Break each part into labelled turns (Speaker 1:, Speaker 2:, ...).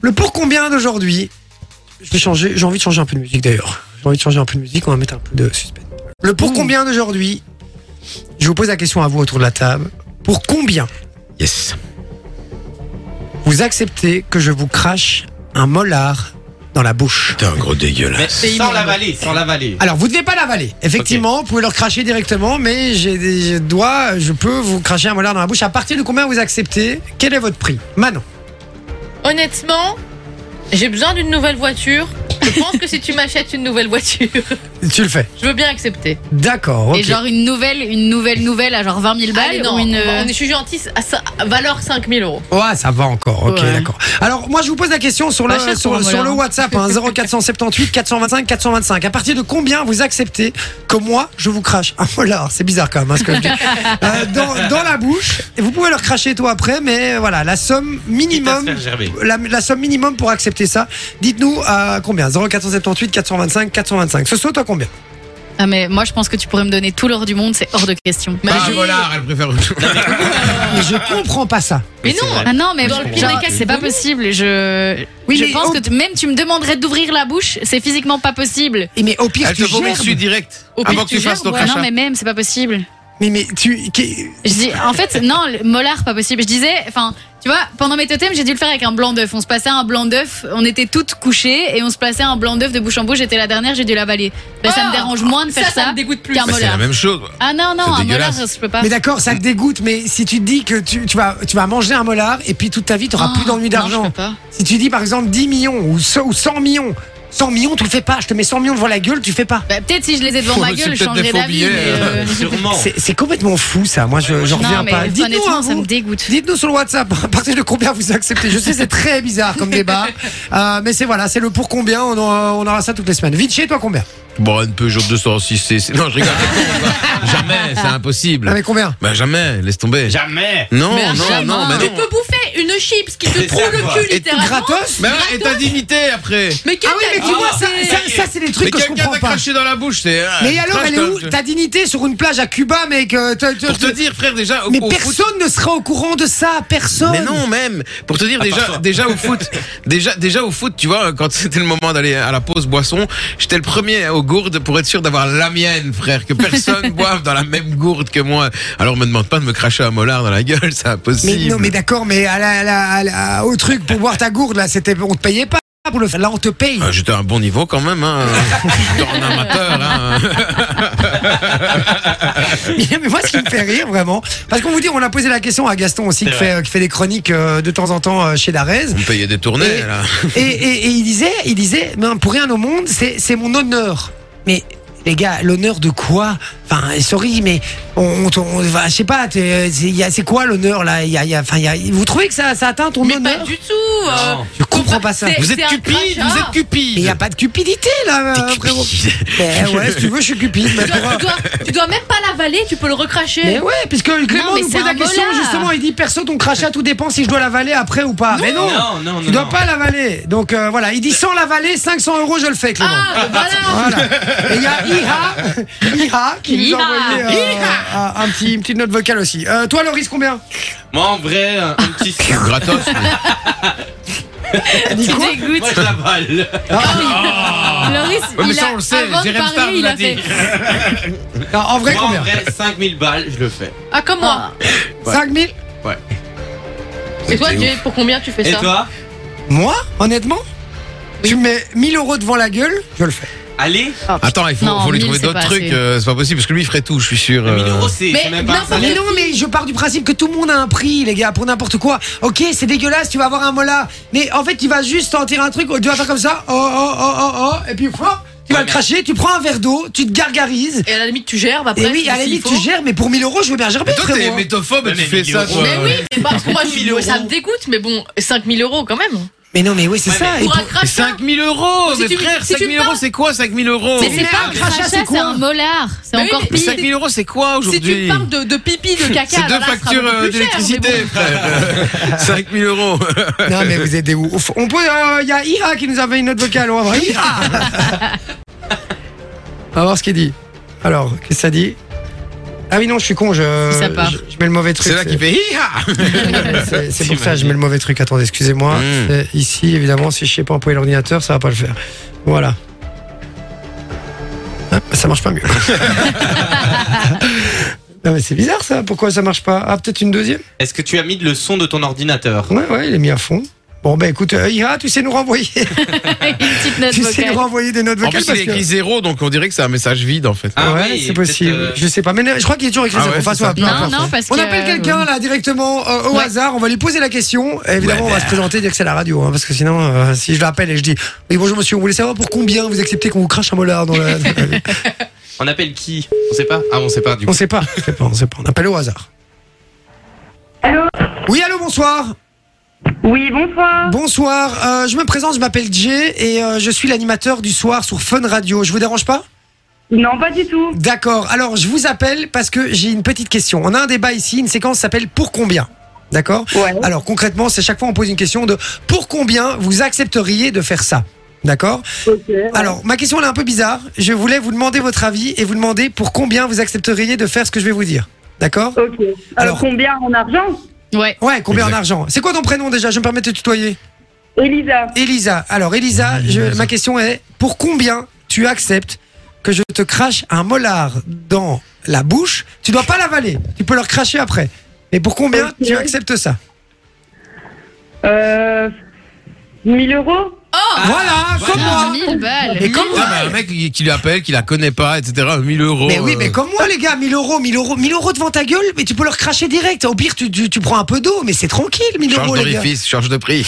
Speaker 1: Le pour combien d'aujourd'hui Je vais changer, j'ai envie de changer un peu de musique d'ailleurs. J'ai envie de changer un peu de musique, on va mettre un peu de suspense. Le
Speaker 2: Mmh.
Speaker 1: pour combien d'aujourd'hui Je vous pose la question à vous autour de la table. Pour combien
Speaker 2: Yes.
Speaker 1: vous acceptez que je vous crache un molar dans la bouche
Speaker 2: T'es un gros dégueulasse.
Speaker 3: Sans l'avaler, sans l'avaler.
Speaker 1: alors, vous devez pas l'avaler. Effectivement, vous pouvez leur cracher directement, mais j'ai des doigts, je peux vous cracher un molar dans la bouche. À partir de combien vous acceptez Quel est votre prix Manon.
Speaker 4: Honnêtement, j'ai besoin d'une nouvelle voiture. Je pense que si tu m'achètes une nouvelle voiture,
Speaker 1: Tu le fais.
Speaker 4: je veux bien accepter.
Speaker 1: D'accord.
Speaker 5: Et
Speaker 1: ok.
Speaker 5: genre une nouvelle, une nouvelle, nouvelle à genre 20 000 balles
Speaker 4: Allez, Ah, non,
Speaker 5: ou une. euh,
Speaker 4: on va- on est, je suis gentil, à sa- à valeur 5000 euros.
Speaker 1: Ouais, ça va encore. Ok,
Speaker 5: Ouais.
Speaker 1: d'accord. Alors, moi, je vous pose la question sur le,
Speaker 5: Pas cher pour
Speaker 1: sur,
Speaker 5: un
Speaker 1: sur le
Speaker 5: molar.
Speaker 1: WhatsApp hein, 0478 425 425. À partir de combien vous acceptez que moi, je vous crache un molar C'est bizarre quand même hein, ce que je dis. Euh, dans, dans la bouche. Et vous pouvez leur cracher tout après, mais euh, voilà, la somme
Speaker 5: Ah,
Speaker 3: Quitte à se
Speaker 1: minimum.
Speaker 3: faire
Speaker 5: Bah,
Speaker 3: gerber.
Speaker 1: La, la somme minimum pour accepter ça, dites-nous à combien 0478 425 425. Ce soit toi combien
Speaker 5: Ah mais moi je pense que tu pourrais me donner tout l'or du monde, c'est hors de question.
Speaker 4: Mais
Speaker 2: Pas un
Speaker 4: j'ai-
Speaker 2: Bah, volard, elle préfère
Speaker 1: Mais je comprends pas ça.
Speaker 4: Mais
Speaker 3: C'est
Speaker 4: non,
Speaker 3: vrai.
Speaker 5: Ah non mais
Speaker 4: Dans le pire
Speaker 5: genre,
Speaker 4: des cas,
Speaker 5: c'est
Speaker 4: c'est
Speaker 5: pas
Speaker 4: connu.
Speaker 5: possible. Je
Speaker 1: Oui, mais
Speaker 5: je pense
Speaker 1: on-
Speaker 5: que tu- même tu me demanderais d'ouvrir la bouche, c'est physiquement pas possible.
Speaker 1: Et mais au pire,
Speaker 2: Elle te
Speaker 1: tu
Speaker 2: vomit
Speaker 1: gerbes.
Speaker 2: dessus direct. Bah,
Speaker 4: Au pire,
Speaker 2: Avant que tu fasses
Speaker 5: gerbes,
Speaker 2: ton
Speaker 5: ouais,
Speaker 2: crachat.
Speaker 5: Non mais même c'est pas possible.
Speaker 1: Mais, mais tu. qui-
Speaker 5: Je dis en fait non le molar pas possible. Je disais enfin tu vois pendant mes totems j'ai dû le faire avec un blanc d'œuf. On se passait un blanc d'œuf, on était toutes couchées et on se plaçait un blanc d'œuf de bouche en bouche. J'étais la dernière, j'ai dû l'avaler. Là, ça
Speaker 4: Ah,
Speaker 5: me dérange moins de
Speaker 4: ça,
Speaker 5: faire
Speaker 4: ça,
Speaker 5: ça.
Speaker 4: me dégoûte plus.
Speaker 5: qu'un
Speaker 2: Bah, c'est la
Speaker 5: molar.
Speaker 2: même chose.
Speaker 5: Ah non non
Speaker 2: C'est
Speaker 5: un molar
Speaker 2: dégueulasse.
Speaker 5: je peux pas.
Speaker 1: Mais d'accord, ça te dégoûte, mais si tu dis que tu, tu vas, tu vas manger un molar et puis toute ta vie, tu n'auras
Speaker 5: Ah,
Speaker 1: plus d'ennui
Speaker 5: non, je peux
Speaker 1: d'argent.
Speaker 5: pas.
Speaker 1: Si tu dis par exemple 10 millions ou 100, ou 100 millions, 100 millions, tu le fais pas. Je te mets 100 millions devant la gueule, tu le fais pas.
Speaker 5: Bah, peut-être si je les ai devant
Speaker 2: Oh,
Speaker 5: ma
Speaker 2: mais c'est
Speaker 5: gueule, je
Speaker 2: peut-être des
Speaker 5: changerais
Speaker 2: faux
Speaker 5: d'avis.
Speaker 2: billets,
Speaker 5: mais, euh,
Speaker 3: Sûrement.
Speaker 1: C'est c'est complètement fou ça. Moi, je j'en reviens
Speaker 5: Non,
Speaker 1: pas.
Speaker 5: mais
Speaker 1: Dites-nous hein,
Speaker 5: honnêtement, ça
Speaker 1: vous.
Speaker 5: me dégoûte.
Speaker 1: Dites-nous sur le WhatsApp à partir de combien vous acceptez. Je sais, c'est très bizarre comme débat, Euh, mais c'est voilà, c'est le pour combien. On aura, on aura ça toutes les semaines. Vite chez toi combien
Speaker 2: Bon, une Peugeot 206, c'est- c'est. Non, je rigole. c'est con, ça. jamais, c'est
Speaker 1: Ah,
Speaker 2: impossible.
Speaker 1: mais combien
Speaker 2: Bah, jamais, laisse tomber.
Speaker 3: Jamais.
Speaker 2: Non,
Speaker 5: Mais
Speaker 2: non,
Speaker 5: jamais.
Speaker 2: non, mais
Speaker 4: Tu
Speaker 2: non.
Speaker 4: peux bouffer une chips qui te
Speaker 3: C'est
Speaker 4: trouve
Speaker 3: ça,
Speaker 4: le
Speaker 3: quoi.
Speaker 4: cul
Speaker 3: Et
Speaker 4: littéralement.
Speaker 1: Gratos
Speaker 2: Mais alors, et ta dignité après
Speaker 4: Mais quelle
Speaker 1: Ah oui, mais tu
Speaker 3: Ah,
Speaker 1: vois ça,
Speaker 3: c'est-
Speaker 1: ça, ça, c'est des trucs
Speaker 2: Mais
Speaker 1: que je
Speaker 2: quelqu'un
Speaker 1: comprends
Speaker 2: t'a
Speaker 1: pas.
Speaker 2: craché dans la bouche, c'est. ah,
Speaker 1: Mais alors,
Speaker 2: Crache,
Speaker 1: elle est
Speaker 2: toi,
Speaker 1: où
Speaker 2: tu-
Speaker 1: ta dignité sur une plage à Cuba, mec euh, te- te-
Speaker 2: Pour te
Speaker 1: te-
Speaker 2: dire, frère, déjà, au,
Speaker 1: Mais
Speaker 2: au foot.
Speaker 1: personne ne sera au courant de ça, personne.
Speaker 2: Mais non, même. Pour te dire, déjà, déjà au foot, déjà, déjà au foot, tu vois, quand c'était le moment d'aller à la pause boisson, j'étais le premier aux gourdes pour être sûr d'avoir la mienne, frère, que personne boive dans la même gourde que moi. Alors, me demande pas de me cracher un molar dans la gueule, c'est
Speaker 1: Mais
Speaker 2: impossible.
Speaker 1: non, mais d'accord, mais à la- à la- à la- au truc pour boire ta gourde là, c'était on te payait pas pour le faire. Là, on te paye.
Speaker 2: Ah, J'étais à un bon niveau quand même, hein. J'étais un amateur, hein.
Speaker 1: mais moi, ce qui me fait rire vraiment, parce qu'on vous dit, on a posé la question à Gaston aussi qui
Speaker 3: C'est
Speaker 1: fait, qui fait des chroniques euh, de temps en temps euh, chez Darez.
Speaker 2: On me payait des tournées,
Speaker 1: Et-
Speaker 2: là.
Speaker 1: et, et- et il disait, il disait, non, pour rien au monde, c'est c'est mon honneur. Mais les gars, l'honneur de quoi Enfin, sorry, mais on, on, on- enfin, je sais pas, t'es- c'est il y a- c'est quoi l'honneur là Il y a- il y a- enfin, il y a- vous trouvez que ça, ça atteint ton
Speaker 4: Mais
Speaker 1: honneur
Speaker 4: pas du tout. euh,
Speaker 3: Non.
Speaker 1: Je comprends pas ça.
Speaker 4: C'est- Ah.
Speaker 2: Vous êtes
Speaker 4: un
Speaker 2: cupide,
Speaker 4: crachat.
Speaker 2: vous êtes cupide.
Speaker 1: Mais il n'y a pas de cupidité là,
Speaker 2: T'es
Speaker 1: euh,
Speaker 2: cupide.
Speaker 1: frérot. Ben ouais, si tu veux, je suis cupide. Mais,
Speaker 4: Tu dois, tu dois- tu dois même pas l'avaler, tu peux le recracher.
Speaker 1: mais ouais, puisque Clément
Speaker 5: mais
Speaker 1: nous
Speaker 5: c'est
Speaker 1: pose la
Speaker 5: un
Speaker 1: question
Speaker 5: volard.
Speaker 1: justement, il dit perso, ton crachat tout dépend si je dois l'avaler après ou pas. mais non,
Speaker 3: Non, non,
Speaker 1: tu
Speaker 3: non,
Speaker 1: dois
Speaker 3: non.
Speaker 1: pas l'avaler. Donc euh, voilà, il dit sans l'avaler, 500 euros, je le fais, Clément.
Speaker 4: Ah, voilà.
Speaker 1: Voilà. Et il y a Iha, Iha qui nous a
Speaker 5: Iha.
Speaker 1: envoyé euh, un un petit, une petite note vocale aussi. Euh, toi, Loris, combien
Speaker 3: Moi, en vrai, un, un petit.
Speaker 2: Gratos.
Speaker 5: Tu
Speaker 1: Nico
Speaker 5: dégoûtes.
Speaker 3: Moi, je l'avale.
Speaker 5: Loris,
Speaker 2: Ah. Ouais, mais
Speaker 5: il
Speaker 2: ça,
Speaker 5: a,
Speaker 2: on le sait,
Speaker 5: avant de
Speaker 2: Jérém Star
Speaker 5: parler,
Speaker 2: nous
Speaker 5: il
Speaker 2: l'a
Speaker 5: a fait.
Speaker 2: dit.
Speaker 1: Non, En vrai,
Speaker 3: Moi, en
Speaker 1: combien
Speaker 3: vrai, 5000 balles, je le fais.
Speaker 4: Ah, comme moi.
Speaker 1: 5000
Speaker 4: Et toi,
Speaker 2: C'est
Speaker 4: tu- pour combien tu fais
Speaker 3: Et
Speaker 4: ça
Speaker 3: toi
Speaker 1: Moi, honnêtement Tu mets 1000 euros devant la gueule, je le fais.
Speaker 3: Allez
Speaker 2: Attends, il faut,
Speaker 5: Non,
Speaker 2: faut lui
Speaker 5: 1000,
Speaker 2: trouver
Speaker 5: c'est
Speaker 2: d'autres
Speaker 5: pas
Speaker 2: trucs.
Speaker 5: assez.
Speaker 2: euh, c'est pas possible parce que lui, il ferait tout, je suis sûr.
Speaker 3: 1000
Speaker 2: euh.
Speaker 3: euros, c'est
Speaker 4: Mais
Speaker 3: c'est même pas un
Speaker 5: Ah,
Speaker 4: n'importe
Speaker 3: salaire.
Speaker 1: Mais non, mais je pars du principe que tout le monde a un prix, les gars, pour n'importe quoi. Ok, c'est dégueulasse, tu vas avoir un mola. Mais en fait, tu vas juste en tirer un truc, tu vas faire comme ça, oh, oh, oh, oh, oh, et puis, hop, tu vas le cracher, tu prends un verre d'eau, tu te gargarises.
Speaker 4: Et à la limite, tu gerbes après.
Speaker 1: Et oui,
Speaker 4: s'il
Speaker 1: à la limite,
Speaker 4: faut.
Speaker 1: tu gères, mais pour 1000 euros, je veux bien gerber,
Speaker 2: Mais toi, t'es
Speaker 1: frérot.
Speaker 2: métophobe et
Speaker 3: Ouais,
Speaker 2: tu
Speaker 3: mais
Speaker 2: fais
Speaker 3: 1000
Speaker 2: ça,
Speaker 3: euros,
Speaker 2: toi.
Speaker 1: euh,
Speaker 4: Mais oui, mais parce que moi, je suis-
Speaker 3: 1000
Speaker 4: ça
Speaker 3: euros.
Speaker 4: me dégoûte, mais bon, 5000 euros quand même.
Speaker 1: Mais non, mais oui, c'est
Speaker 3: Ouais,
Speaker 1: ça.
Speaker 3: mais
Speaker 1: Et
Speaker 4: Pour
Speaker 1: pour-
Speaker 4: un crachat.
Speaker 2: 5000 euros,
Speaker 4: Si
Speaker 2: mais
Speaker 4: tu-
Speaker 2: frère,
Speaker 4: si tu
Speaker 2: 5000
Speaker 4: parles-
Speaker 2: euros, c'est quoi 5000 euros
Speaker 5: Mais c'est pas un
Speaker 1: crachat,
Speaker 5: crachat,
Speaker 1: c'est
Speaker 5: c'est
Speaker 1: quoi
Speaker 5: un molar. C'est
Speaker 4: Mais oui,
Speaker 5: encore
Speaker 4: mais-
Speaker 2: Mais
Speaker 5: pire.
Speaker 2: 5000 euros, c'est quoi
Speaker 4: Si tu
Speaker 2: aujourd'hui
Speaker 4: parles de, de pipi, de caca,
Speaker 2: C'est deux
Speaker 4: alors là, ça sera
Speaker 2: factures
Speaker 4: beaucoup
Speaker 2: euh,
Speaker 4: plus cher, mais
Speaker 2: d'électricité,
Speaker 4: bon.
Speaker 2: frère. 5000 euros.
Speaker 1: Non, mais vous êtes des ouf. On peut. Il y a Iha qui nous avait une note vocale. On va voir. Iha On va voir ce qu'il dit. Alors, qu'est-ce que ça dit Ah oui, non, je suis con, je,
Speaker 5: Si ça part.
Speaker 1: je, je mets le mauvais truc. Euh,
Speaker 2: C'est là qu'il fait hi-ha
Speaker 1: C'est c'est pour
Speaker 2: T'imagines.
Speaker 1: ça que je mets le mauvais truc. Attendez, excusez-moi.
Speaker 2: Mm.
Speaker 1: Euh, Ici, évidemment, si je sais pas employer l'ordinateur, ça va pas le faire. Voilà. Ah, ça marche pas mieux. non mais c'est bizarre ça. Pourquoi ça marche pas Ah peut-être une deuxième.
Speaker 3: Est-ce que tu as mis le son de ton ordinateur
Speaker 1: Ouais ouais, il est mis à fond. Bon ben écoute, euh, Ira, tu sais nous renvoyer.
Speaker 5: Une petite note
Speaker 1: tu sais
Speaker 5: vocale.
Speaker 1: nous renvoyer des notes
Speaker 2: En
Speaker 1: vocales
Speaker 2: plus, il
Speaker 1: parce
Speaker 2: est
Speaker 1: que.
Speaker 2: écrit zéro, donc on dirait que c'est un message vide en fait.
Speaker 3: Ah
Speaker 1: ouais,
Speaker 3: oui,
Speaker 1: c'est
Speaker 3: peut-être,
Speaker 1: possible.
Speaker 3: euh,
Speaker 1: Je sais pas, mais non, je crois qu'il est toujours écrit
Speaker 2: Ah
Speaker 1: zéro.
Speaker 2: ouais,
Speaker 1: Enfin,
Speaker 2: c'est
Speaker 1: soit,
Speaker 2: ça.
Speaker 1: peu
Speaker 5: Non,
Speaker 1: importe.
Speaker 5: non, parce
Speaker 1: On
Speaker 5: que.
Speaker 1: appelle quelqu'un là directement euh, au
Speaker 5: Ouais.
Speaker 1: hasard, on va lui poser la question. Et évidemment,
Speaker 2: Ouais,
Speaker 1: on va
Speaker 2: ben.
Speaker 1: se présenter et dire que c'est la radio, hein, parce que sinon, euh, si je l'appelle et je dis oui, bonjour monsieur, on voulait savoir pour combien vous acceptez qu'on vous crache un molar dans la. dans la-
Speaker 3: On appelle qui On sait pas Ah, on sait pas du
Speaker 1: on
Speaker 3: coup.
Speaker 1: sait pas, on sait pas, on sait pas, on appelle au hasard.
Speaker 6: Allô
Speaker 1: Oui, allô, bonsoir.
Speaker 6: Oui, bonsoir.
Speaker 1: Bonsoir, euh, je me présente, je m'appelle Jay et euh, je suis l'animateur du soir sur Fun Radio. Je vous dérange pas
Speaker 6: Non, pas du tout.
Speaker 1: D'accord. Alors, je vous appelle parce que j'ai une petite question. On a un débat ici, une séquence s'appelle Pour combien D'accord
Speaker 6: Ouais.
Speaker 1: Alors, concrètement, c'est chaque fois on pose une question de Pour combien vous accepteriez de faire ça D'accord
Speaker 6: Ok.
Speaker 1: Alors, ma question elle est un peu bizarre. Je voulais vous demander votre avis et vous demander pour combien vous accepteriez de faire ce que je vais vous dire. D'accord
Speaker 6: Ok. Alors,
Speaker 1: Alors-
Speaker 6: combien en argent
Speaker 5: Ouais.
Speaker 1: Ouais, combien
Speaker 2: Exact.
Speaker 1: en argent C'est quoi ton prénom déjà Je me permets de te tutoyer.
Speaker 6: Elisa,
Speaker 1: Elisa. Alors, Elisa, je- ma question est pour combien tu acceptes que je te crache un molar dans la bouche Tu dois pas l'avaler, tu peux le cracher après. Et pour combien
Speaker 6: Ok.
Speaker 1: tu acceptes ça
Speaker 6: euh, 1000 euros
Speaker 1: Ah, Voilà, comme moi
Speaker 5: 1000 balles.
Speaker 1: Et comme
Speaker 2: Ah,
Speaker 1: moi
Speaker 2: bah, un mec qui qui lui appelle, qui la connaît pas, etc. 1000 euros.
Speaker 1: Mais oui, mais
Speaker 2: euh,
Speaker 1: comme moi, les gars, 1000 euros, 1000 euros, 1000 euros devant ta gueule, mais tu peux leur cracher direct. Au pire, tu, tu, tu prends un peu d'eau, mais c'est tranquille, 1000
Speaker 2: Charge
Speaker 1: euros, les gars.
Speaker 2: d'orifice, charge de prix.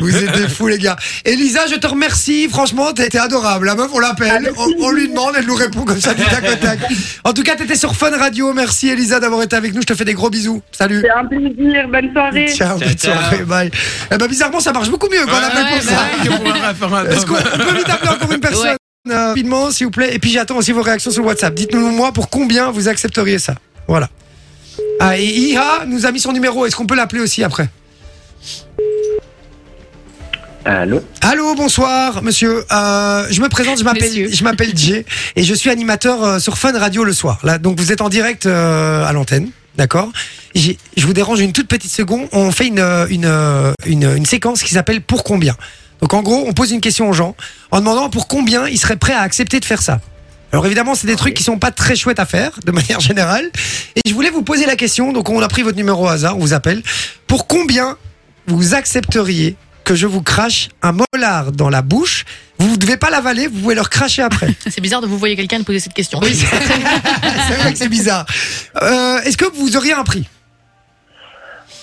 Speaker 1: Vous êtes des fous, les gars. Elisa, je te remercie. Franchement, t'es t'es adorable. La meuf, on
Speaker 5: Ah,
Speaker 1: l'appelle, on, on lui demande, elle nous répond comme ça du tac au tac. En tout cas, t'étais sur Fun Radio. Merci, Elisa, d'avoir été avec nous. Je te fais des gros bisous. Salut.
Speaker 6: C'est un plaisir. Bonne soirée.
Speaker 1: Ciao, bonne
Speaker 3: Ciao, ciao.
Speaker 1: soirée, bye. Eh ben, bizarrement, ça marche beaucoup mieux quand on appelle
Speaker 5: ouais,
Speaker 1: pour
Speaker 5: bah
Speaker 1: ça.
Speaker 5: ouais.
Speaker 1: Est-ce qu'on on peut vite appeler encore une personne
Speaker 5: Ouais.
Speaker 1: euh, rapidement, s'il vous plaît Et puis j'attends aussi vos réactions sur WhatsApp. Dites-nous, moi, pour combien vous accepteriez ça Voilà. Ah, et Iha nous a mis son numéro. Est-ce qu'on peut l'appeler aussi après
Speaker 7: Allô
Speaker 1: Allô, bonsoir, monsieur. Euh, je me présente, je
Speaker 5: Messieurs.
Speaker 1: m'appelle, je m'appelle Jay et je suis animateur euh, sur Fun Radio le soir. Là, donc vous êtes en direct euh, à l'antenne, d'accord J'ai- Je vous dérange une toute petite seconde. On fait une, euh, une, euh, une, une séquence qui s'appelle Pour combien Donc en gros, on pose une question aux gens en demandant pour combien ils seraient prêts à accepter de faire ça. Alors évidemment, c'est des trucs qui sont pas très chouettes à faire de manière générale. Et je voulais vous poser la question. Donc on a pris votre numéro au hasard, on vous appelle. Pour combien vous accepteriez que je vous crache un molar dans la bouche. Vous ne devez pas l'avaler, vous pouvez le recracher après.
Speaker 4: C'est bizarre de vous voyez quelqu'un de poser cette question.
Speaker 1: Oui, c'est c'est vrai que c'est bizarre. Euh, Est-ce que vous auriez un prix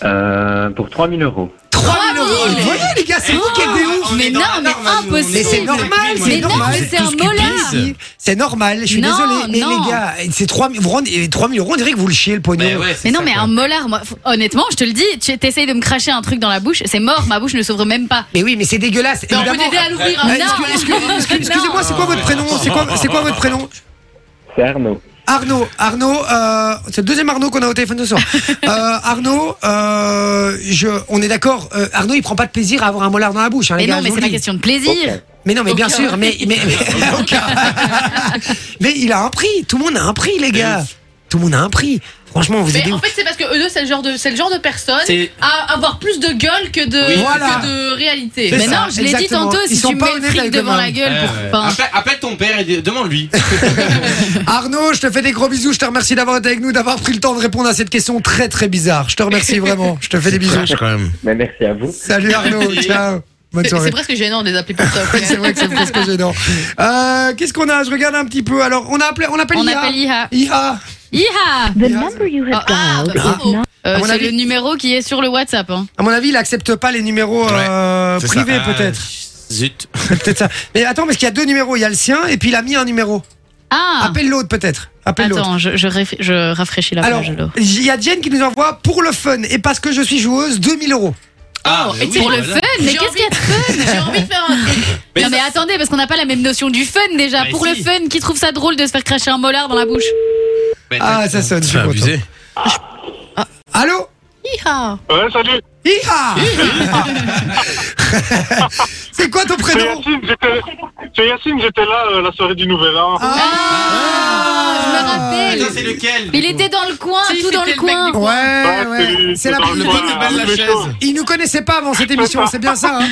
Speaker 7: euh, Pour 3000 euros.
Speaker 1: 3
Speaker 5: 000
Speaker 1: Vous voyez, les gars, c'est
Speaker 5: Oh.
Speaker 1: vous qui êtes des ouf.
Speaker 5: Mais non, mais
Speaker 1: Mais c'est
Speaker 5: impossible.
Speaker 1: normal,
Speaker 5: Mais
Speaker 1: c'est
Speaker 5: non,
Speaker 1: normal.
Speaker 5: mais c'est un molar.
Speaker 1: Si, C'est normal, je suis
Speaker 5: Non,
Speaker 1: désolé. Mais
Speaker 5: non.
Speaker 1: les gars, c'est 3 000, vous rendez- 3 000 euros, on dirait que vous le chiez le pognon.
Speaker 3: Mais ouais, c'est
Speaker 5: Mais non,
Speaker 3: ça,
Speaker 5: mais
Speaker 3: quoi.
Speaker 5: un molar, moi, f- honnêtement, je te le dis, tu t'essayes de me cracher un truc dans la bouche, c'est mort, ma bouche ne s'ouvre même pas.
Speaker 1: Mais oui, mais c'est dégueulasse.
Speaker 5: Non, on peut
Speaker 1: évidemment.
Speaker 5: t'aider à l'ouvrir.
Speaker 1: Euh,
Speaker 5: hein.
Speaker 1: excuse- excuse-
Speaker 5: Non.
Speaker 1: excuse- Excusez-moi, c'est quoi votre prénom C'est quoi, c'est quoi votre prénom
Speaker 7: C'est Arnaud.
Speaker 1: Arnaud, Arnaud, euh, c'est le deuxième Arnaud qu'on a au téléphone ce soir. Euh, Arnaud, euh, je, on est d'accord. euh, Arnaud, il prend pas de plaisir à avoir un molar dans la bouche, hein, les
Speaker 5: Mais
Speaker 1: gars.
Speaker 5: non, mais
Speaker 1: je vous
Speaker 5: c'est
Speaker 1: le
Speaker 5: pas
Speaker 1: dis.
Speaker 5: question de plaisir.
Speaker 1: Mais non, mais bien
Speaker 4: Aucun.
Speaker 1: sûr, mais mais mais, aucun. Mais il a un prix. Tout le monde a un prix, les gars. Tout le monde a un prix. Franchement, vous êtes.
Speaker 4: Mais
Speaker 1: des
Speaker 4: en
Speaker 1: ouf.
Speaker 4: fait, c'est parce que eux deux, c'est le genre de, c'est le genre de personnes
Speaker 3: C'est-
Speaker 4: à avoir plus de gueule que de,
Speaker 1: Oui.
Speaker 4: que
Speaker 1: Voilà.
Speaker 4: de réalité.
Speaker 1: C'est
Speaker 5: Mais
Speaker 1: ça,
Speaker 5: non, je l'ai dit
Speaker 1: exactement.
Speaker 5: tantôt,
Speaker 1: Ils
Speaker 5: si
Speaker 1: sont
Speaker 5: tu
Speaker 1: pas
Speaker 5: mets le
Speaker 1: honnêtes
Speaker 5: fric
Speaker 1: avec
Speaker 5: devant
Speaker 1: eux-mêmes.
Speaker 5: la gueule pour.
Speaker 3: Ouais, ouais.
Speaker 5: enfin,
Speaker 3: Appelle, appelle ton père et dis- demande-lui.
Speaker 1: Arnaud, je te fais des gros bisous. Je te remercie d'avoir été avec nous, d'avoir pris le temps de répondre à cette question très très bizarre. Je te remercie vraiment. Je te fais des bisous.
Speaker 2: Crache, quand même.
Speaker 7: Mais merci à vous.
Speaker 1: Salut Arnaud. Ciao. Bonne
Speaker 4: C'est c'est
Speaker 1: soirée.
Speaker 4: presque gênant de les appeler pour ça. au
Speaker 1: C'est
Speaker 4: final.
Speaker 1: vrai que c'est presque gênant. Euh, Qu'est-ce qu'on a Je regarde un petit peu. Alors, on a appelé, on appelle
Speaker 5: on
Speaker 1: Ia.
Speaker 5: appelle Iha.
Speaker 1: Ia.
Speaker 5: Iha
Speaker 8: The
Speaker 1: Yeah.
Speaker 8: number you
Speaker 5: Ah,
Speaker 8: have
Speaker 5: ah,
Speaker 8: dialed
Speaker 5: bah,
Speaker 8: is
Speaker 5: bravo.
Speaker 8: not
Speaker 5: Euh,
Speaker 1: mon
Speaker 5: C'est
Speaker 1: avis-
Speaker 5: le numéro qui est sur le WhatsApp. hein.
Speaker 1: À mon avis, il accepte pas les numéros euh,
Speaker 2: Ouais, c'est ça.
Speaker 1: privés,
Speaker 3: Ah,
Speaker 1: peut-être.
Speaker 3: Zut.
Speaker 5: Oh,
Speaker 1: C'est peut-être ça. Mais attends, parce qu'il y a deux numéros. Il y a le sien et puis il a mis un numéro.
Speaker 5: Ah
Speaker 1: Appelle l'autre, peut-être. Appelle l'autre.
Speaker 5: Attends, je, je, réf- je rafraîchis la
Speaker 1: Alors,
Speaker 5: page. là.
Speaker 1: il y a Jen qui nous envoie pour le fun et parce que je suis joueuse, 2000 euros.
Speaker 3: Ah, mais
Speaker 4: et
Speaker 3: oui,
Speaker 5: Pour oh, le fun,
Speaker 3: voilà.
Speaker 5: mais
Speaker 4: J'ai
Speaker 5: qu'est-ce qu'il y a de
Speaker 4: J'ai envie de faire un truc.
Speaker 3: Mais
Speaker 5: non Bah, mais
Speaker 3: ça-
Speaker 5: attendez parce qu'on n'a pas la même notion du fun déjà.
Speaker 3: Mais
Speaker 5: Pour
Speaker 3: si.
Speaker 5: le fun, qui trouve ça drôle de se faire cracher un molar dans la bouche
Speaker 8: Eh
Speaker 3: Mais-
Speaker 8: ben,
Speaker 1: Ah, ça sonne. je suis
Speaker 2: C'est
Speaker 1: content.
Speaker 2: abusé.
Speaker 1: Allô
Speaker 5: Ah.
Speaker 4: Hi-ha.
Speaker 9: Ouais, salut,
Speaker 1: Iha C'est quoi ton
Speaker 9: c'est
Speaker 1: prénom
Speaker 9: Yacine, j'étais-
Speaker 8: C'est Yacine, j'étais là euh, la soirée du Nouvel
Speaker 1: Ah.
Speaker 8: An.
Speaker 5: Ah, je me
Speaker 3: Attends,
Speaker 5: rappelle.
Speaker 3: c'est lequel
Speaker 5: Il était dans le coin,
Speaker 4: Si,
Speaker 5: tout dans
Speaker 4: c'était
Speaker 5: le
Speaker 4: le mec
Speaker 5: coin.
Speaker 4: du-
Speaker 1: Ouais,
Speaker 8: Ouais,
Speaker 1: ouais. C'est la
Speaker 8: dans Ah, le
Speaker 2: Le
Speaker 1: première
Speaker 2: mec
Speaker 8: coin,
Speaker 1: fois.
Speaker 2: qui base la
Speaker 8: le chaud.
Speaker 2: chaise.
Speaker 1: Il nous connaissait pas avant cette émission, c'est bien ça. hein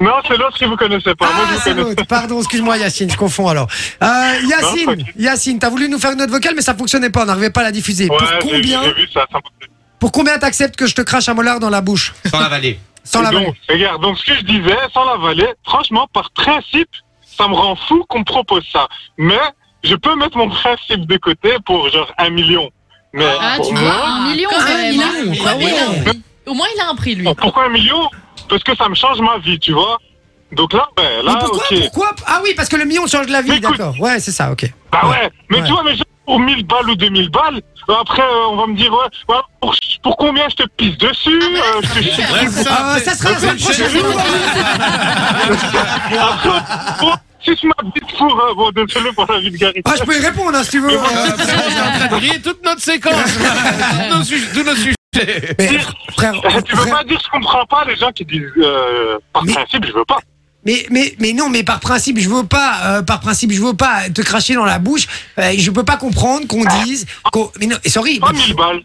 Speaker 8: Non, c'est l'autre si vous connaissez pas. Moi,
Speaker 1: ah,
Speaker 8: je vous
Speaker 1: c'est
Speaker 8: connais.
Speaker 1: l'autre. Pardon, excuse-moi Yacine, je confonds alors. Euh,
Speaker 8: Non,
Speaker 1: Yacine,
Speaker 8: tranquille.
Speaker 1: Yacine, t'as voulu nous faire une note vocale, mais ça fonctionnait pas, on n'arrivait pas à la diffuser.
Speaker 8: Ouais,
Speaker 1: pour
Speaker 8: j'ai-
Speaker 1: combien,
Speaker 8: J'ai vu ça. ça m'a fait-
Speaker 1: pour combien t'acceptes que je te crache un molar dans la bouche
Speaker 3: Sans la vallée.
Speaker 1: sans la
Speaker 8: donc, regarde, donc ce que je disais, sans l'avaler, franchement, par principe, ça me rend fou qu'on me propose ça. Mais je peux mettre mon principe de côté pour genre un million. Mais
Speaker 5: Ah,
Speaker 8: pour
Speaker 5: tu
Speaker 8: moi,
Speaker 5: vois, un million
Speaker 4: Quand
Speaker 5: quand
Speaker 4: même,
Speaker 5: même.
Speaker 4: il a-
Speaker 5: hein.
Speaker 1: valise
Speaker 4: Au moins, il a un prix. Au moins, il a un prix, lui.
Speaker 8: pourquoi un million Parce que ça me change ma vie, tu vois. Donc là, ben,
Speaker 1: Mais
Speaker 8: là,
Speaker 1: pourquoi,
Speaker 8: ok.
Speaker 1: pourquoi Ah oui, parce que le million change la vie,
Speaker 8: Mais écoute-
Speaker 1: d'accord. Ouais, c'est ça, ok.
Speaker 8: Bah
Speaker 1: Ouais.
Speaker 8: ouais, mais
Speaker 1: Ouais.
Speaker 8: tu vois, mais genre pour 1000 balles ou 2000 balles, euh, après euh, on va me dire, ouais, ouais, pour, pour combien je te pisse dessus
Speaker 4: Ah, mais là,
Speaker 8: euh, je te
Speaker 4: c'est
Speaker 8: chie
Speaker 4: super.
Speaker 2: Bref,
Speaker 1: Ah, ça sera la semaine prochaine.
Speaker 8: Bon, Si tu m'as dit pour, euh, bon, désolé pour la vulgarité.
Speaker 1: Ah, je peux y répondre hein, si tu veux.
Speaker 2: Euh, vraiment, on est en train de griller toute notre séquence. Tous nos sujets- tous nos sujets.
Speaker 1: Mais frère,
Speaker 8: tu veux
Speaker 1: frère-
Speaker 8: pas dire je comprends pas les gens qui disent euh, par
Speaker 1: Mais-
Speaker 8: principe je veux pas.
Speaker 1: Mais, mais, mais non, mais par principe, je veux pas, euh, par principe, je veux pas te cracher dans la bouche. Euh, je peux pas comprendre qu'on dise, qu'on- mais non, sorry.
Speaker 8: Pas 1000 balles.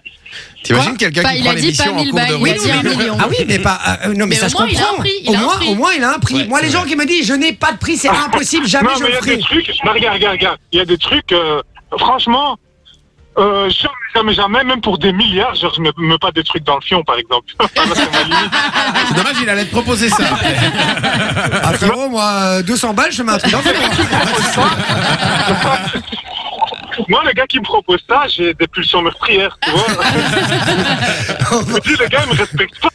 Speaker 2: T'imagines quelqu'un
Speaker 5: Bah,
Speaker 2: qui
Speaker 5: il
Speaker 2: prend
Speaker 5: a dit pas
Speaker 2: l'émission en
Speaker 5: mille
Speaker 2: cours
Speaker 5: balles,
Speaker 2: de
Speaker 5: il a
Speaker 2: route.
Speaker 5: dit un million.
Speaker 1: Ah oui, mais pas, euh, non, mais,
Speaker 4: Mais
Speaker 1: ça
Speaker 4: au
Speaker 1: je
Speaker 4: moins, il a un
Speaker 1: comprends.
Speaker 4: prix, il
Speaker 1: au
Speaker 4: a un
Speaker 1: moins,
Speaker 4: prix.
Speaker 1: au moins, il a un prix.
Speaker 3: Ouais,
Speaker 1: Moi, les
Speaker 3: c'est
Speaker 1: gens qui me disent, je n'ai pas de prix, c'est impossible, jamais
Speaker 8: non
Speaker 1: je
Speaker 8: mais
Speaker 1: le
Speaker 8: il y a
Speaker 1: ferai.
Speaker 8: des trucs, mais regarde, regarde, regarde, il y a des trucs, euh, franchement, euh, jamais, jamais, jamais, même pour des milliards, genre je ne me pas des trucs dans le fion par exemple. Là, c'est ma limite.
Speaker 2: C'est dommage, il allait te proposer ça.
Speaker 1: Ah, frérot, moi, euh, 200 balles, je mets un truc dans le ventre.
Speaker 8: Moi, le gars qui me propose ça, j'ai des pulsions meurtrières, tu vois. Je me dis, le gars, il me respecte pas.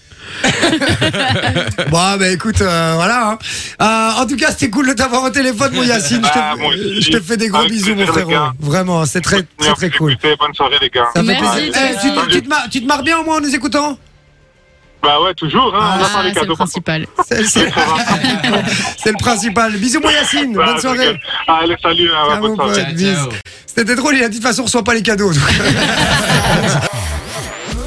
Speaker 1: Bon, bah écoute, euh, voilà. hein. Euh, en tout cas, c'était cool de t'avoir au téléphone, mon Yacine. Je te,
Speaker 8: Ah, moi aussi.
Speaker 1: je te fais des gros
Speaker 8: Avec
Speaker 1: bisous, mon
Speaker 8: plaisir, les
Speaker 1: frérot.
Speaker 8: gars.
Speaker 1: Vraiment, hein, c'est très, très, très cool.
Speaker 8: Écoutez, bonne soirée, les gars.
Speaker 1: Ça fait
Speaker 5: Merci,
Speaker 1: plaisir. Eh, tu,
Speaker 5: Yacine.
Speaker 1: tu te marres, tu te marres bien au moins en nous écoutant
Speaker 8: Bah ouais, toujours, hein. on
Speaker 5: Ah,
Speaker 8: attend les
Speaker 5: c'est le
Speaker 8: cadeaux. par
Speaker 5: principal.
Speaker 1: C'est c'est- c'est le principal. Bisous, moi, Yacine.
Speaker 8: contre.
Speaker 1: Bonne
Speaker 8: Ah, je
Speaker 1: soirée.
Speaker 8: rigole. Allez, salut, hein,
Speaker 1: Ciao,
Speaker 8: bonne
Speaker 1: mon
Speaker 8: soirée.
Speaker 1: pote. Bis. C'était drôle, il a dit de toute façon, reçois pas les cadeaux.